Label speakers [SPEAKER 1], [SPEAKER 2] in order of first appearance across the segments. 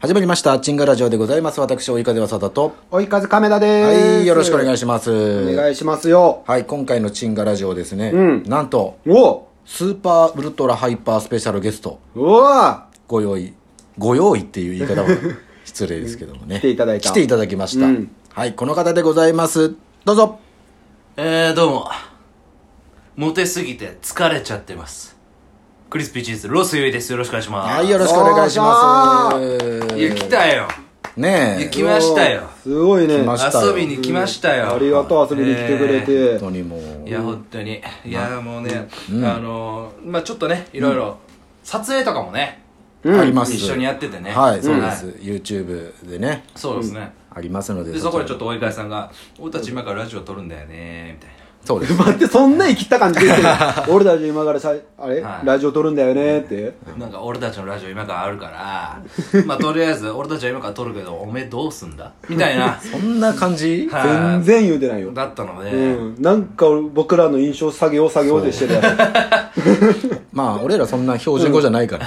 [SPEAKER 1] 始まりました。チンガラジオでございます。私、及川さだと。
[SPEAKER 2] 追い風亀田でーす。
[SPEAKER 1] はい、よろしくお願い
[SPEAKER 2] し
[SPEAKER 1] します。
[SPEAKER 2] お願いしますよ。
[SPEAKER 1] はい、今回のチンガラジオですね、
[SPEAKER 2] うん
[SPEAKER 1] なんと、
[SPEAKER 2] お
[SPEAKER 1] スーパーウルトラハイパースペシャルゲスト、
[SPEAKER 2] うわ
[SPEAKER 1] ご用意、ご用意っていう言い 方は失礼ですけどもね。
[SPEAKER 2] 来ていただいた
[SPEAKER 1] 来ていただきました。
[SPEAKER 2] うん
[SPEAKER 1] はい、この方でございます。どうぞ。
[SPEAKER 3] えー、どうも。モテすぎて疲れちゃってます。クリスピーチーズ、ロスゆいです。よろしくお願いします。
[SPEAKER 1] はい、よろしくお願いします。
[SPEAKER 3] いや、来たよ。
[SPEAKER 1] ねえ
[SPEAKER 3] 来、ましたよ。
[SPEAKER 2] すごいね。
[SPEAKER 1] 来ましたよ
[SPEAKER 3] 遊びに来ましたよ。
[SPEAKER 2] ありがとう、遊びに来てくれて。
[SPEAKER 3] え
[SPEAKER 1] 本当にもう
[SPEAKER 3] ーい。や、本当に。いや、もうね、あのー、まあちょっとね、いろいろ、撮影とかもね、
[SPEAKER 1] あります
[SPEAKER 3] 一緒にやっててね。
[SPEAKER 1] はい、そうです、
[SPEAKER 3] はい
[SPEAKER 1] YouTube でね
[SPEAKER 3] そうですね。
[SPEAKER 1] ありますので
[SPEAKER 3] で、そこでちょっ
[SPEAKER 1] と
[SPEAKER 3] と追い返さんが、俺たち今からラジオ撮るんだよね、みたいな。
[SPEAKER 1] そうです
[SPEAKER 2] 待って、そんな生きった感じで言って る俺たち今からさ、あれ
[SPEAKER 3] はい
[SPEAKER 2] ラジオ撮るんだよねって。
[SPEAKER 3] なんか俺たちのラジオ今からあるから、まあとりあえず俺たちは今から撮るけど、おめえどうすんだみたいな。
[SPEAKER 1] そんな感じ
[SPEAKER 2] 全
[SPEAKER 3] はい
[SPEAKER 2] 然言うてないよ。
[SPEAKER 3] だったので、
[SPEAKER 2] うん。なんか僕らの印象下げよう下げようでしてるやん。
[SPEAKER 1] まあ俺らそんな標準語じゃないから、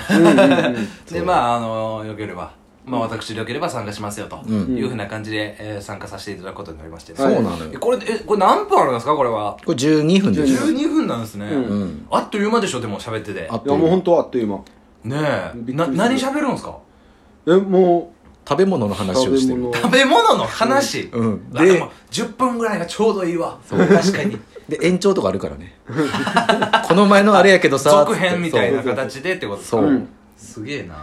[SPEAKER 3] で、まああの、よければ、まあ私でよければ参加しますよというふうな感じで、えー参加させていただくことになりまして、
[SPEAKER 1] そうなの
[SPEAKER 3] え
[SPEAKER 1] よ
[SPEAKER 3] これ、え、これ何分あるんですかこれは。
[SPEAKER 1] これ12分ですよ
[SPEAKER 3] 12分なんですね。あっという間でしょでも喋ってて
[SPEAKER 1] あ。っ
[SPEAKER 2] いや、
[SPEAKER 1] と
[SPEAKER 2] もう
[SPEAKER 1] いう
[SPEAKER 2] 本当あっという間。び
[SPEAKER 3] ねえ。
[SPEAKER 2] っくり
[SPEAKER 3] な、
[SPEAKER 2] する
[SPEAKER 3] 何喋るんですか
[SPEAKER 2] え、も
[SPEAKER 1] 食べ物の
[SPEAKER 2] う、
[SPEAKER 1] 話をしてる
[SPEAKER 3] 食べ物の話。うんででも、10分ぐらいがちょうどいいわ。確かに。
[SPEAKER 1] で延長とかあるからね この前のあれやけどさ
[SPEAKER 3] 続編みたいな
[SPEAKER 1] そう
[SPEAKER 3] 形でってことですか
[SPEAKER 1] そう
[SPEAKER 2] うん
[SPEAKER 3] すげえな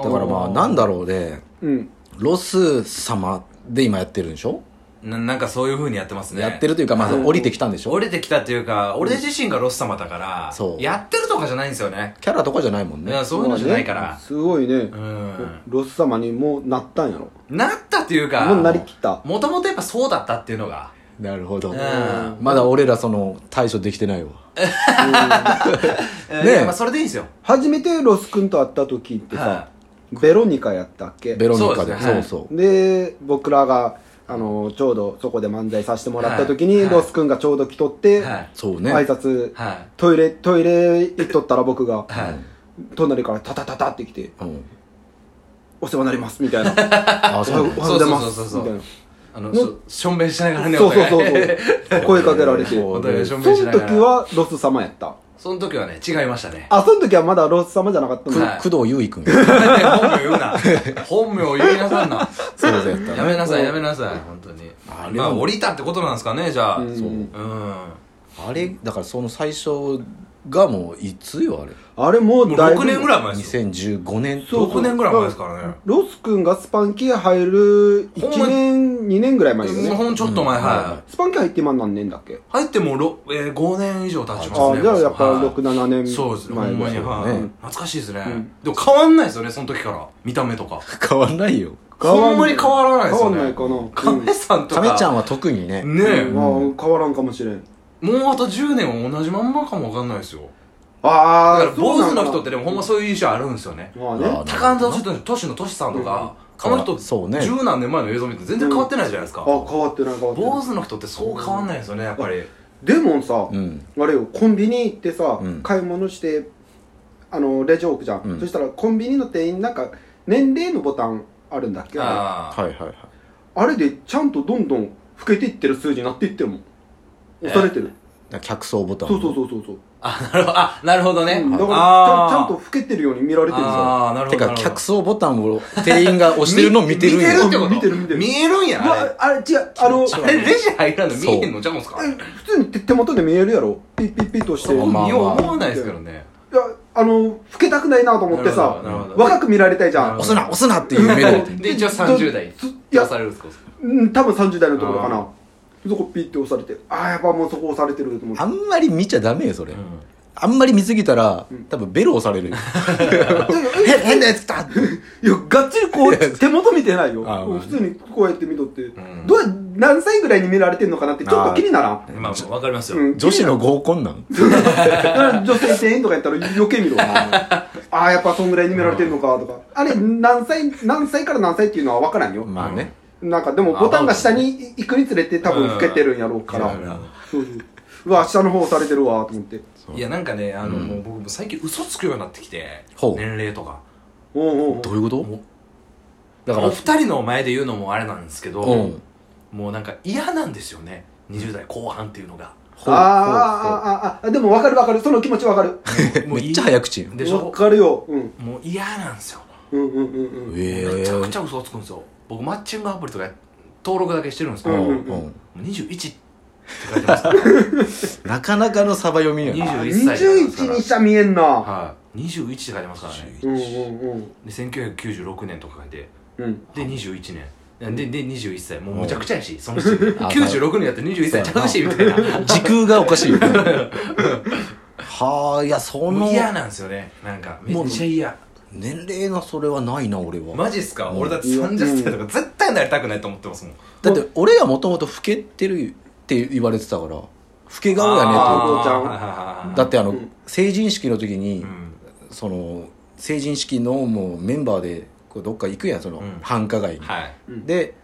[SPEAKER 1] だからまあなんだろうね
[SPEAKER 2] うん。
[SPEAKER 1] ロス様で今やってるんでしょ、
[SPEAKER 3] ななんかそういう風にやってますね
[SPEAKER 1] やってるというかまあ降りてきたんでしょ
[SPEAKER 3] 降りてきたっていうか俺自身がロス様だから、
[SPEAKER 1] そう
[SPEAKER 3] やってるとかじゃないんですよね
[SPEAKER 1] キャラとかじゃないもん
[SPEAKER 3] い
[SPEAKER 1] ね
[SPEAKER 3] やそういうのじゃないから、
[SPEAKER 2] すごいね
[SPEAKER 3] う。ん
[SPEAKER 2] ロス様にもうなったんやろ。
[SPEAKER 3] なったっていうか
[SPEAKER 2] もうなりきった
[SPEAKER 3] もともとやっぱそうだったっていうのが
[SPEAKER 1] なるほど、
[SPEAKER 3] うん
[SPEAKER 1] まだ俺らその対処できてないわ
[SPEAKER 3] えー
[SPEAKER 1] ねえ
[SPEAKER 3] いやまあそれでいいんですよ
[SPEAKER 2] 初めてロス君と会った時って
[SPEAKER 3] は
[SPEAKER 2] さ、ベロニカやったっけ
[SPEAKER 1] ベロニカで
[SPEAKER 3] そうです
[SPEAKER 1] そう,、
[SPEAKER 3] ねはい
[SPEAKER 1] そう
[SPEAKER 2] で僕らがあのちょうどそこで漫才させてもらった時に、
[SPEAKER 3] はい
[SPEAKER 2] ロス君がちょうど来とって、
[SPEAKER 3] はい
[SPEAKER 1] そうね
[SPEAKER 2] 挨拶、
[SPEAKER 3] は
[SPEAKER 2] トイレトイレ行っとったら僕が、
[SPEAKER 3] いはい
[SPEAKER 2] 隣からタタタタって来て
[SPEAKER 1] うん
[SPEAKER 2] 「お世話になります」みたいな「お は
[SPEAKER 1] あそう
[SPEAKER 2] よ
[SPEAKER 1] ね
[SPEAKER 2] うおはようございま
[SPEAKER 3] そう
[SPEAKER 2] す」
[SPEAKER 3] そうそうそう
[SPEAKER 2] みたいな
[SPEAKER 3] あの
[SPEAKER 2] の
[SPEAKER 3] しょしょんべんしながらね
[SPEAKER 2] そう
[SPEAKER 3] お
[SPEAKER 2] そうそ
[SPEAKER 3] 互い
[SPEAKER 2] うそう声かけられて
[SPEAKER 1] そ
[SPEAKER 2] そう
[SPEAKER 3] お
[SPEAKER 2] の
[SPEAKER 3] 互いしょんべんしながら
[SPEAKER 2] 時はロス様やった
[SPEAKER 3] その時はね違いましたね
[SPEAKER 2] あその時はまだロス様じゃなかったの、
[SPEAKER 3] はい
[SPEAKER 1] く工藤優衣君
[SPEAKER 3] 本名言う な本名言いなさんな
[SPEAKER 1] そうだった
[SPEAKER 3] やめなさいやめなさい本当に
[SPEAKER 1] あれ
[SPEAKER 3] ま
[SPEAKER 1] は
[SPEAKER 3] あ降りたってことなんですかねじゃあ
[SPEAKER 2] うん
[SPEAKER 3] そううん
[SPEAKER 1] あれだからその最初がもういつよあれ
[SPEAKER 2] あれも
[SPEAKER 3] も
[SPEAKER 2] う
[SPEAKER 3] う
[SPEAKER 2] だい
[SPEAKER 3] 6
[SPEAKER 2] ぶ
[SPEAKER 3] 年ぐらい前ですよ
[SPEAKER 1] 2015年
[SPEAKER 2] そう
[SPEAKER 1] と
[SPEAKER 3] 6年ぐらい前ですからね
[SPEAKER 2] ロス君がスパンキー入る
[SPEAKER 3] ほんま
[SPEAKER 2] 1年2年ぐらい前よ
[SPEAKER 3] もう
[SPEAKER 2] ね
[SPEAKER 3] ほんちょっと前は
[SPEAKER 2] スパンキー入って今何年だっけ
[SPEAKER 3] い入ってもうろえー5年以上経ちます
[SPEAKER 2] あ
[SPEAKER 3] ね
[SPEAKER 2] じゃあやっぱ
[SPEAKER 3] はい
[SPEAKER 2] 67年前
[SPEAKER 3] そうですねほんまには
[SPEAKER 1] ね
[SPEAKER 3] い懐かしいですねでも変わんないですよねその時から見た目とか
[SPEAKER 1] 変わんないよ
[SPEAKER 2] 変わんない
[SPEAKER 3] ほんまに変わらないですよね
[SPEAKER 2] 変わんないかな
[SPEAKER 3] 亀さんとか
[SPEAKER 1] 亀ちゃんは特にね
[SPEAKER 3] ねえも
[SPEAKER 2] まあ変わらんかもしれん
[SPEAKER 3] うあと10年は同じまんまかもわかんないですよだ
[SPEAKER 2] あ
[SPEAKER 3] か
[SPEAKER 2] あ
[SPEAKER 3] ら坊主の人ってでもほんまそういう印象あるんですよね
[SPEAKER 2] まあ
[SPEAKER 1] あ
[SPEAKER 2] ね
[SPEAKER 1] ー
[SPEAKER 3] 高田敏としのとしさんとか、
[SPEAKER 1] うん
[SPEAKER 3] あの人
[SPEAKER 1] そうね
[SPEAKER 3] 十何年前の映像見て全然変わってないじゃないですか、
[SPEAKER 2] あ変わってない変わってな
[SPEAKER 3] 坊
[SPEAKER 2] い
[SPEAKER 3] 主の人ってそう変わんないですよねやっぱり
[SPEAKER 2] でもさ
[SPEAKER 1] うん
[SPEAKER 2] あれよコンビニ行ってさ
[SPEAKER 1] うん
[SPEAKER 2] 買い物してあのレジ置くじゃ
[SPEAKER 1] うん
[SPEAKER 2] んそしたらコンビニの店員なんか年齢のボタンあるんだっけあ
[SPEAKER 3] ああ
[SPEAKER 1] はいはいはい
[SPEAKER 2] れあれでちゃんとどんどん老けていってる数字になっていってるもん押されてる
[SPEAKER 1] だから客層ボタン
[SPEAKER 2] そうそうそうそうそう
[SPEAKER 3] あなるほどあなるほどね、
[SPEAKER 2] うんだからちゃんち
[SPEAKER 3] あー
[SPEAKER 2] ゃんと老けてるように見られてるさ
[SPEAKER 3] あーなるほ
[SPEAKER 1] てか
[SPEAKER 3] どなるほど
[SPEAKER 1] 客層ボタンを店員が押してるのを見てるんや
[SPEAKER 3] 見てるってこと
[SPEAKER 2] 見てる見てる
[SPEAKER 3] 見えるんや
[SPEAKER 2] ま
[SPEAKER 3] あ
[SPEAKER 2] ああれ違うあの
[SPEAKER 3] れあれレジ入らんの見えへんのじゃうんすか
[SPEAKER 2] え普通に手手元で見えるやろピッピッピッと押して
[SPEAKER 3] そ
[SPEAKER 2] い
[SPEAKER 3] こ
[SPEAKER 1] まあ
[SPEAKER 3] 見よう思わないですけどね、
[SPEAKER 2] やあの老けたくないなと思ってさ
[SPEAKER 3] なるほどなるほど
[SPEAKER 2] 若く見られたいじゃん
[SPEAKER 1] 押すな押すなっていう目で
[SPEAKER 3] で一応30代
[SPEAKER 2] ずい
[SPEAKER 3] 出
[SPEAKER 2] や
[SPEAKER 3] されるんですか
[SPEAKER 2] うん多分30代のところか
[SPEAKER 3] あ
[SPEAKER 2] なそこピッて押されてああやっぱもうそこ押されてると思って
[SPEAKER 1] あんまり見ちゃダメよそれ
[SPEAKER 3] ん
[SPEAKER 1] あんまり見すぎたら多分ベロ押さ れるよ変変なやつ来たって
[SPEAKER 2] いやがっつりこう手元見てないよ
[SPEAKER 1] あーまあ
[SPEAKER 2] 普通にこうやって見とって、
[SPEAKER 3] ん
[SPEAKER 2] どう何歳ぐらいに見られてんのかなってちょっと気にならん
[SPEAKER 3] まあわかりますよ、
[SPEAKER 2] うん
[SPEAKER 1] 女子の合コンなん
[SPEAKER 2] 女性店員とかやったら余計見ろああやっぱそんぐらいに見られてるのかとかあれ何歳何歳から何歳っていうのは分からんよ
[SPEAKER 1] まあね
[SPEAKER 2] なんかでもボタンが下に行くにつれて多分老けてるんやろうから
[SPEAKER 3] うん
[SPEAKER 2] そうそううわ下の方押されてるわと思って
[SPEAKER 3] いやなんかねあの、もう僕も最近嘘つくようになってきて
[SPEAKER 1] ほう
[SPEAKER 3] 年齢とか
[SPEAKER 2] おうおうおう
[SPEAKER 1] どういうこと
[SPEAKER 3] お
[SPEAKER 1] だから
[SPEAKER 3] お二人の前で言うのもあれなんですけど、
[SPEAKER 1] うん
[SPEAKER 3] もうなんか嫌なんですよね20代後半っていうのが
[SPEAKER 1] ほうほうほう
[SPEAKER 2] あーあーあーあーでも分かる分かるその気持ち分かる
[SPEAKER 3] もうい
[SPEAKER 1] めっちゃ早口
[SPEAKER 3] でし
[SPEAKER 2] 分
[SPEAKER 3] ょ
[SPEAKER 2] かるよ、うん、
[SPEAKER 3] もう嫌なんですよ
[SPEAKER 2] うんうんうんうん
[SPEAKER 1] ええ
[SPEAKER 3] めちゃくちゃ嘘をつくんですよ僕マッチングアプリとか登録だけしてるんですけど、
[SPEAKER 2] うん
[SPEAKER 3] も
[SPEAKER 2] う
[SPEAKER 3] うん
[SPEAKER 1] うん
[SPEAKER 3] 21って書いてますから
[SPEAKER 1] なかなかのサバ読みやな
[SPEAKER 3] 21
[SPEAKER 2] あ
[SPEAKER 3] 歳
[SPEAKER 2] 21にしちゃ見えんな
[SPEAKER 3] はい21って書いてますからね
[SPEAKER 2] うんうんうん
[SPEAKER 3] で1996年とか書いて
[SPEAKER 2] うん
[SPEAKER 3] で21年でで21歳もうむちゃくちゃや しその時点で
[SPEAKER 1] あ
[SPEAKER 3] 96年やって21歳ちゃうしみたいな
[SPEAKER 1] 時空がおかしいよねはあいやそ
[SPEAKER 3] も
[SPEAKER 1] の
[SPEAKER 3] う嫌なんですよねなんかめっちゃ嫌
[SPEAKER 1] 年齢のそれはないな俺は
[SPEAKER 3] マジっすか
[SPEAKER 1] うん
[SPEAKER 3] 俺だって30歳とか絶対なりたくないと思ってますもん
[SPEAKER 1] だって俺らもともと老けてるって言われてたから老け顔やね
[SPEAKER 2] あ
[SPEAKER 1] と
[SPEAKER 2] ーお父ちゃん
[SPEAKER 3] ゃ
[SPEAKER 1] だってあの、
[SPEAKER 2] うん
[SPEAKER 1] 成人式の時に、
[SPEAKER 3] うん
[SPEAKER 1] その成人式のもうメンバーでこうどっか行くやんその、
[SPEAKER 3] うん
[SPEAKER 1] 繁華街に、
[SPEAKER 3] はい
[SPEAKER 2] うん
[SPEAKER 1] で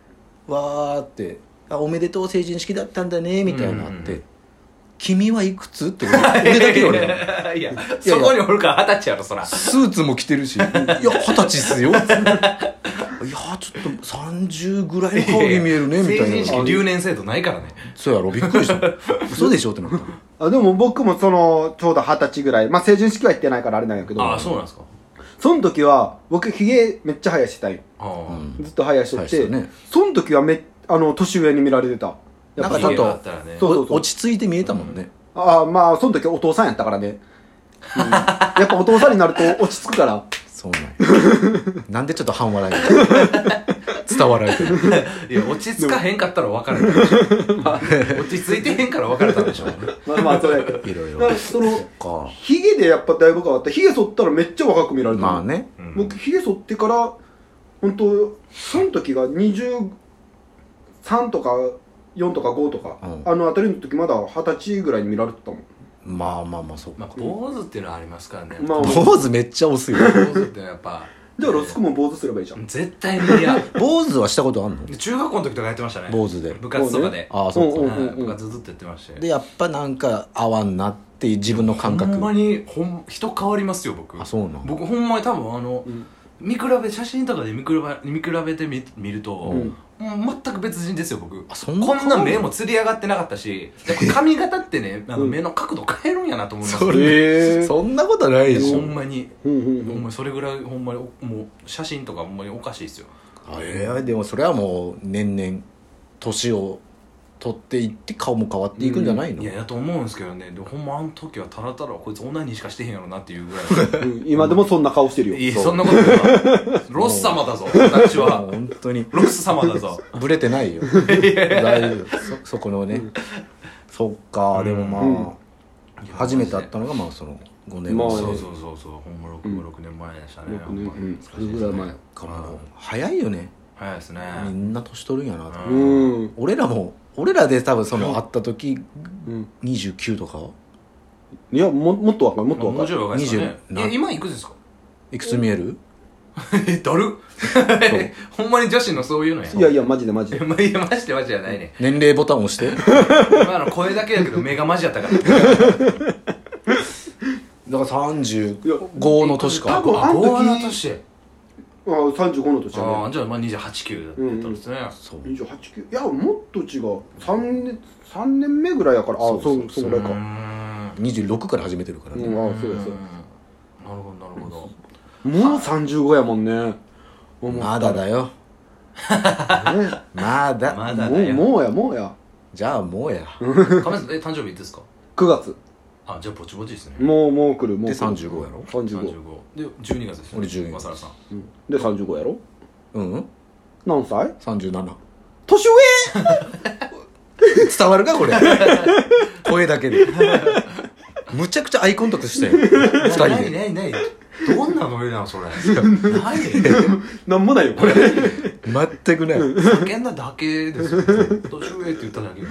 [SPEAKER 1] わーってあ「おめでとう成人式だったんだね」みたいなのあって、
[SPEAKER 3] うんうんうん
[SPEAKER 1] 君はいくつ?」って俺俺だけよね
[SPEAKER 3] いやそこにおるから二十歳やろそら
[SPEAKER 1] スーツも着てるし「いや二十歳っすよ」いやちょっと30ぐらいの顔に見えるね」みた
[SPEAKER 3] 成人
[SPEAKER 1] いな
[SPEAKER 3] 式留年制度ないからね
[SPEAKER 1] そうやろびっくりした嘘でしょってなった
[SPEAKER 2] あでも僕もそのちょうど二十歳ぐらいまあ成人式は行ってないからあれなんやけど
[SPEAKER 3] ああそうなんですか
[SPEAKER 2] その時は僕ひげめっちゃ生やしてたんよ
[SPEAKER 3] あー
[SPEAKER 2] ずっと生やしとっ
[SPEAKER 1] 生や
[SPEAKER 2] て、
[SPEAKER 1] してたね
[SPEAKER 2] その時はめあの年上に見られてたやっ
[SPEAKER 1] な
[SPEAKER 2] ぱ
[SPEAKER 1] んかちょっと
[SPEAKER 3] 家があたらね
[SPEAKER 2] そうそう
[SPEAKER 1] お落ち着いて見えたもんね、
[SPEAKER 2] ああまあその時お父さんやったからね、うんやっぱお父さんになると落ち着くから
[SPEAKER 1] そうなんやなんでちょっと半笑いが伝わられてる
[SPEAKER 3] いや落ち着かへんかったら別れたで しょ落ち着いてへんから別れたんでしょ
[SPEAKER 2] まあまあそれやけど
[SPEAKER 1] いろい
[SPEAKER 2] だか
[SPEAKER 1] ろ
[SPEAKER 2] らその
[SPEAKER 1] か
[SPEAKER 2] ヒゲでやっぱだいぶ変わったヒゲ剃ったらめっちゃ若く見られてる
[SPEAKER 1] まあね
[SPEAKER 3] うん
[SPEAKER 2] 僕ヒゲ剃ってから本当その時が23とか4とか5とか、
[SPEAKER 1] うん
[SPEAKER 2] あの辺りの時まだ二十歳ぐらいに見られてたもん
[SPEAKER 1] まあまあまあそう
[SPEAKER 3] まあ
[SPEAKER 1] か、
[SPEAKER 3] 坊主っていうのはありますからね
[SPEAKER 2] まあ
[SPEAKER 1] 坊主めっちゃ押すよ
[SPEAKER 3] 坊主ってのはやっぱ
[SPEAKER 2] じゃあロスクも坊主すればいいじゃん
[SPEAKER 3] 絶対に嫌
[SPEAKER 1] 坊主はしたことあんの
[SPEAKER 3] で中学校の時とかやってましたね
[SPEAKER 1] 坊主で
[SPEAKER 3] 部活とかで、
[SPEAKER 1] ああそうか、
[SPEAKER 2] うんうん
[SPEAKER 3] はい部活ずっとやってまして
[SPEAKER 1] でやっぱなんか合わんなっていう自分の感覚
[SPEAKER 3] ほんまにほん人変わりますよ僕
[SPEAKER 1] あそうなん
[SPEAKER 3] 僕ほんまに多分あの、
[SPEAKER 2] うん
[SPEAKER 3] 見比べ写真とかで見比べ見比べてみ見ると、
[SPEAKER 2] ん
[SPEAKER 3] もう全く別人ですよ僕
[SPEAKER 1] あそんな
[SPEAKER 3] こんな
[SPEAKER 1] 変わる
[SPEAKER 3] 目もつり上がってなかったしやっぱ髪型ってねあの目の角度変えるんやなと思います
[SPEAKER 1] それ、
[SPEAKER 2] へえ
[SPEAKER 1] そんなことないでし
[SPEAKER 3] ほ
[SPEAKER 1] ょ
[SPEAKER 3] んまに、
[SPEAKER 2] うんうん
[SPEAKER 3] ほ
[SPEAKER 2] うんん
[SPEAKER 3] まにそれぐらいほんまにおもう写真とかほんまにおかしいですよ
[SPEAKER 1] あいやでもそれはもう年々年を取っていって顔も変わっていくんじゃないの、
[SPEAKER 3] いややと思うんですけどねでもほんまあの時はたらたらこいつオナニーしかしてへんやろなっていうぐら
[SPEAKER 2] うん今でもそんな顔してるよ
[SPEAKER 3] いいやそんなことないわロス様だぞ私
[SPEAKER 1] も う
[SPEAKER 3] は
[SPEAKER 1] 本当に
[SPEAKER 3] ロス様だぞ
[SPEAKER 1] ブレて ないよだいぶそそこのね、そっかでもまあ、初めて会ったのがまあその5年
[SPEAKER 2] まあ
[SPEAKER 1] 前
[SPEAKER 2] ね
[SPEAKER 3] そうそうそうそうほんま 6, 6年前でしたね、
[SPEAKER 2] 六年
[SPEAKER 3] ほんま
[SPEAKER 2] うん
[SPEAKER 3] 懐かし
[SPEAKER 2] それ
[SPEAKER 3] いですね
[SPEAKER 2] ぐらい前
[SPEAKER 1] かも早いよね
[SPEAKER 3] 早いですね
[SPEAKER 1] みんな年取るんやなと、
[SPEAKER 3] う
[SPEAKER 2] うん
[SPEAKER 1] 俺らも俺らで多分その会った時
[SPEAKER 2] うん
[SPEAKER 1] 29とか
[SPEAKER 2] いやももっと若いもっと
[SPEAKER 3] もう
[SPEAKER 2] 若
[SPEAKER 3] ち
[SPEAKER 2] い
[SPEAKER 3] ょい若いですかね
[SPEAKER 1] 20
[SPEAKER 3] いや今いくつですか
[SPEAKER 1] いくつ見える
[SPEAKER 3] えだる ほんまに女子のそういうのや
[SPEAKER 2] いやいやマジでマジで
[SPEAKER 3] えまいやマジでマジじゃない ね
[SPEAKER 1] 年齢ボタン押して
[SPEAKER 3] 今の声だけやけど目がマジやったから
[SPEAKER 1] だから35の年
[SPEAKER 2] い
[SPEAKER 1] か
[SPEAKER 2] や多分あの時
[SPEAKER 3] あの年
[SPEAKER 2] あ35の年
[SPEAKER 3] あ
[SPEAKER 2] やね
[SPEAKER 3] ーじゃあまあ289だったんですね、
[SPEAKER 1] そう
[SPEAKER 2] 28九いやもっと違う3年三年目ぐらいやからあ
[SPEAKER 1] そ
[SPEAKER 2] そうう
[SPEAKER 1] そ
[SPEAKER 2] そうう
[SPEAKER 1] そう
[SPEAKER 2] ぐら
[SPEAKER 3] う
[SPEAKER 2] いかう
[SPEAKER 3] ー
[SPEAKER 2] ん
[SPEAKER 3] ん
[SPEAKER 1] 26から始めてるからね、
[SPEAKER 2] あそうやそう
[SPEAKER 3] なるほどなるほど
[SPEAKER 2] やもう35やもんねもうもう
[SPEAKER 1] まだだ よ
[SPEAKER 2] ね
[SPEAKER 1] まだ
[SPEAKER 3] まだ
[SPEAKER 2] も
[SPEAKER 3] だ
[SPEAKER 2] う
[SPEAKER 3] よ
[SPEAKER 2] もうやもうや
[SPEAKER 1] じゃあもうや
[SPEAKER 3] 亀井さんえ誕生日いつですか
[SPEAKER 2] 9月
[SPEAKER 3] あじゃあぼちぼちですね
[SPEAKER 2] もうもう来るもう
[SPEAKER 1] で
[SPEAKER 2] 来る
[SPEAKER 1] 35やろ
[SPEAKER 2] 35
[SPEAKER 3] 35で12月ですね
[SPEAKER 1] 俺12
[SPEAKER 3] 笠原さん
[SPEAKER 2] うんで35やろ
[SPEAKER 1] うん
[SPEAKER 2] 何歳
[SPEAKER 1] 37
[SPEAKER 2] 年上
[SPEAKER 1] 伝わるか これ声だけでむちゃくちゃアイコンタクトしたよ2人
[SPEAKER 3] 何
[SPEAKER 1] で
[SPEAKER 3] 何何どんなの上なのそれ何
[SPEAKER 2] なんもないよこ れ
[SPEAKER 1] 全くない
[SPEAKER 3] 叫んだだけですよ年上って言っただけ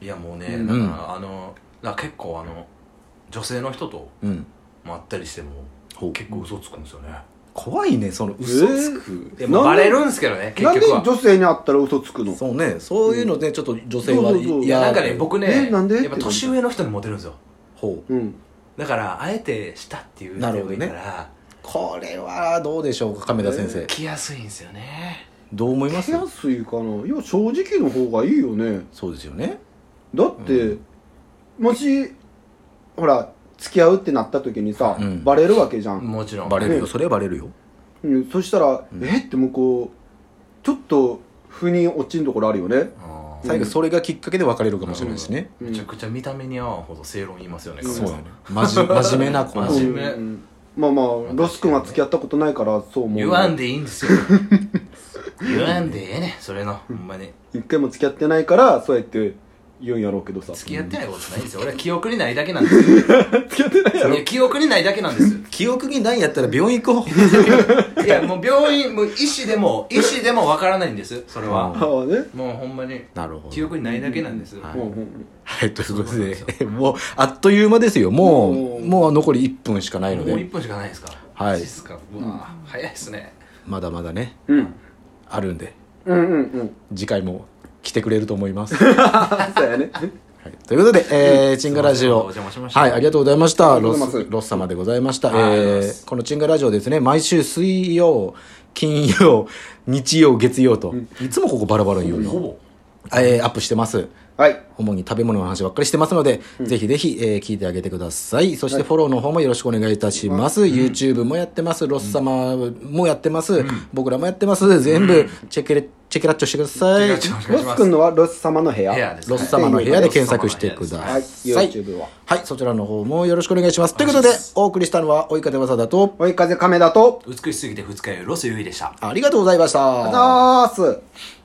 [SPEAKER 3] いやもうね、
[SPEAKER 2] うん
[SPEAKER 3] だからあのだから結構あの女性の人と
[SPEAKER 1] うん
[SPEAKER 3] 会ったりしても
[SPEAKER 1] ほう
[SPEAKER 3] 結構嘘つくんですよね
[SPEAKER 1] 怖いねその嘘つく、
[SPEAKER 2] え
[SPEAKER 3] でも
[SPEAKER 2] な
[SPEAKER 3] バ
[SPEAKER 2] んで
[SPEAKER 3] レるんですけどね結
[SPEAKER 2] なんで
[SPEAKER 3] 局は
[SPEAKER 2] 女性に会ったら嘘つくの
[SPEAKER 1] そうねそういうのでちょっと女性は
[SPEAKER 2] そうそうそう
[SPEAKER 1] い
[SPEAKER 3] いや
[SPEAKER 1] や
[SPEAKER 3] なんかね僕ね
[SPEAKER 2] えなんで
[SPEAKER 3] やっぱ年上の人にモテるんですよ
[SPEAKER 1] ほう
[SPEAKER 2] うん
[SPEAKER 3] だからあえてしたっていう
[SPEAKER 1] なる
[SPEAKER 3] 人
[SPEAKER 1] ほど
[SPEAKER 3] もい
[SPEAKER 1] ね
[SPEAKER 3] たら
[SPEAKER 1] これはどうでしょうか亀田先生
[SPEAKER 3] 来やすいんですよね
[SPEAKER 1] どう思います
[SPEAKER 2] 手やすいかないや正直の方がいいよね
[SPEAKER 1] そうですよね
[SPEAKER 2] だって、もしほら付き合うってなった時にさ、
[SPEAKER 1] うん
[SPEAKER 2] バレるわけじゃん、
[SPEAKER 3] もちろん
[SPEAKER 1] バレる
[SPEAKER 2] う
[SPEAKER 1] よ
[SPEAKER 2] ん
[SPEAKER 1] それはバレるよ
[SPEAKER 2] うんそしたら、えって向こうちょっと腑に落ちんところあるよね
[SPEAKER 3] あー
[SPEAKER 1] 最後それがきっかけで別れるかもしれないしね
[SPEAKER 2] うん
[SPEAKER 3] めちゃくちゃ見た目に合わんほど正論言いますよね
[SPEAKER 2] うん
[SPEAKER 1] そう
[SPEAKER 3] 亀
[SPEAKER 1] だ
[SPEAKER 3] 田さ
[SPEAKER 1] ね真
[SPEAKER 3] ん
[SPEAKER 1] 面 真面目な子
[SPEAKER 3] 真面
[SPEAKER 1] の
[SPEAKER 3] 目
[SPEAKER 2] んまあまあロス君は付き合ったことないからそう思う
[SPEAKER 3] 言わんでいいんです よ言わんでええねんそれのほんまに
[SPEAKER 2] 一回も付き合ってないからそうやって言うんやろうけどさ
[SPEAKER 3] 付き合ってないことないんですよ俺は記憶にないだけなんですよ
[SPEAKER 2] 付き合ってない
[SPEAKER 3] いや記憶にないだけな んです
[SPEAKER 1] 記憶にないやったら病院行こ
[SPEAKER 3] いやもう病院もう医師でも医師でもわからないんですそれは
[SPEAKER 2] ああね
[SPEAKER 3] もうほんまに
[SPEAKER 1] うなるほ
[SPEAKER 3] 記
[SPEAKER 1] ど
[SPEAKER 3] 憶にないだけなんです、
[SPEAKER 1] は
[SPEAKER 2] うんうん
[SPEAKER 1] はいということで もうあっという間ですよも
[SPEAKER 2] もう
[SPEAKER 1] うもう残り1分しかない
[SPEAKER 3] も
[SPEAKER 1] の
[SPEAKER 3] う
[SPEAKER 1] で
[SPEAKER 3] 1分しかないですか
[SPEAKER 1] はい
[SPEAKER 3] マジっすかうわ、早いですね
[SPEAKER 1] まだまだね
[SPEAKER 2] うん
[SPEAKER 1] あるんで
[SPEAKER 2] うんうんうん
[SPEAKER 1] 次回も来てくれると思います、は
[SPEAKER 2] あそうやね
[SPEAKER 1] い、ということで、えー、チンガラジ
[SPEAKER 3] お
[SPEAKER 1] オ
[SPEAKER 3] 邪魔しました
[SPEAKER 1] はい、ありがとうございました。
[SPEAKER 2] ありが
[SPEAKER 1] ロ
[SPEAKER 2] とうございま
[SPEAKER 1] ス
[SPEAKER 2] す、
[SPEAKER 1] ロス様でございました。
[SPEAKER 3] はいありがとうご
[SPEAKER 1] え
[SPEAKER 3] ざいます
[SPEAKER 1] ー、このチンガラジオですね、毎週水曜、金曜、日曜、月曜と、いつもここバラバラ言う
[SPEAKER 3] ほ
[SPEAKER 1] の。
[SPEAKER 3] ぼ
[SPEAKER 1] えー、アップしてます。
[SPEAKER 2] はい
[SPEAKER 1] 主に食べ物の話ばっかりしてますので、ぜひぜひ、えー聞いてあげてください。そしてフォローの方もよろしくお願いいたします。YouTube もやってます。ロス様もやってます。僕らもやってます。全部、チェケレ、チェケラッチョしてください。
[SPEAKER 3] よろしくお願いし
[SPEAKER 2] ロ
[SPEAKER 3] ま
[SPEAKER 2] ス
[SPEAKER 3] す
[SPEAKER 2] 君のはロス様の部屋
[SPEAKER 3] 部屋です
[SPEAKER 1] ロス様の部屋で検索してくだ
[SPEAKER 2] はい
[SPEAKER 1] さい。
[SPEAKER 2] YouTube は
[SPEAKER 1] はい、そちらの方もよろしくお願いします。ということで、お送りしたのは、及川さだと、
[SPEAKER 2] 追い風亀だと
[SPEAKER 3] 美しすぎて二日酔いロスゆいでした
[SPEAKER 1] ありがとうございました。
[SPEAKER 2] あざーす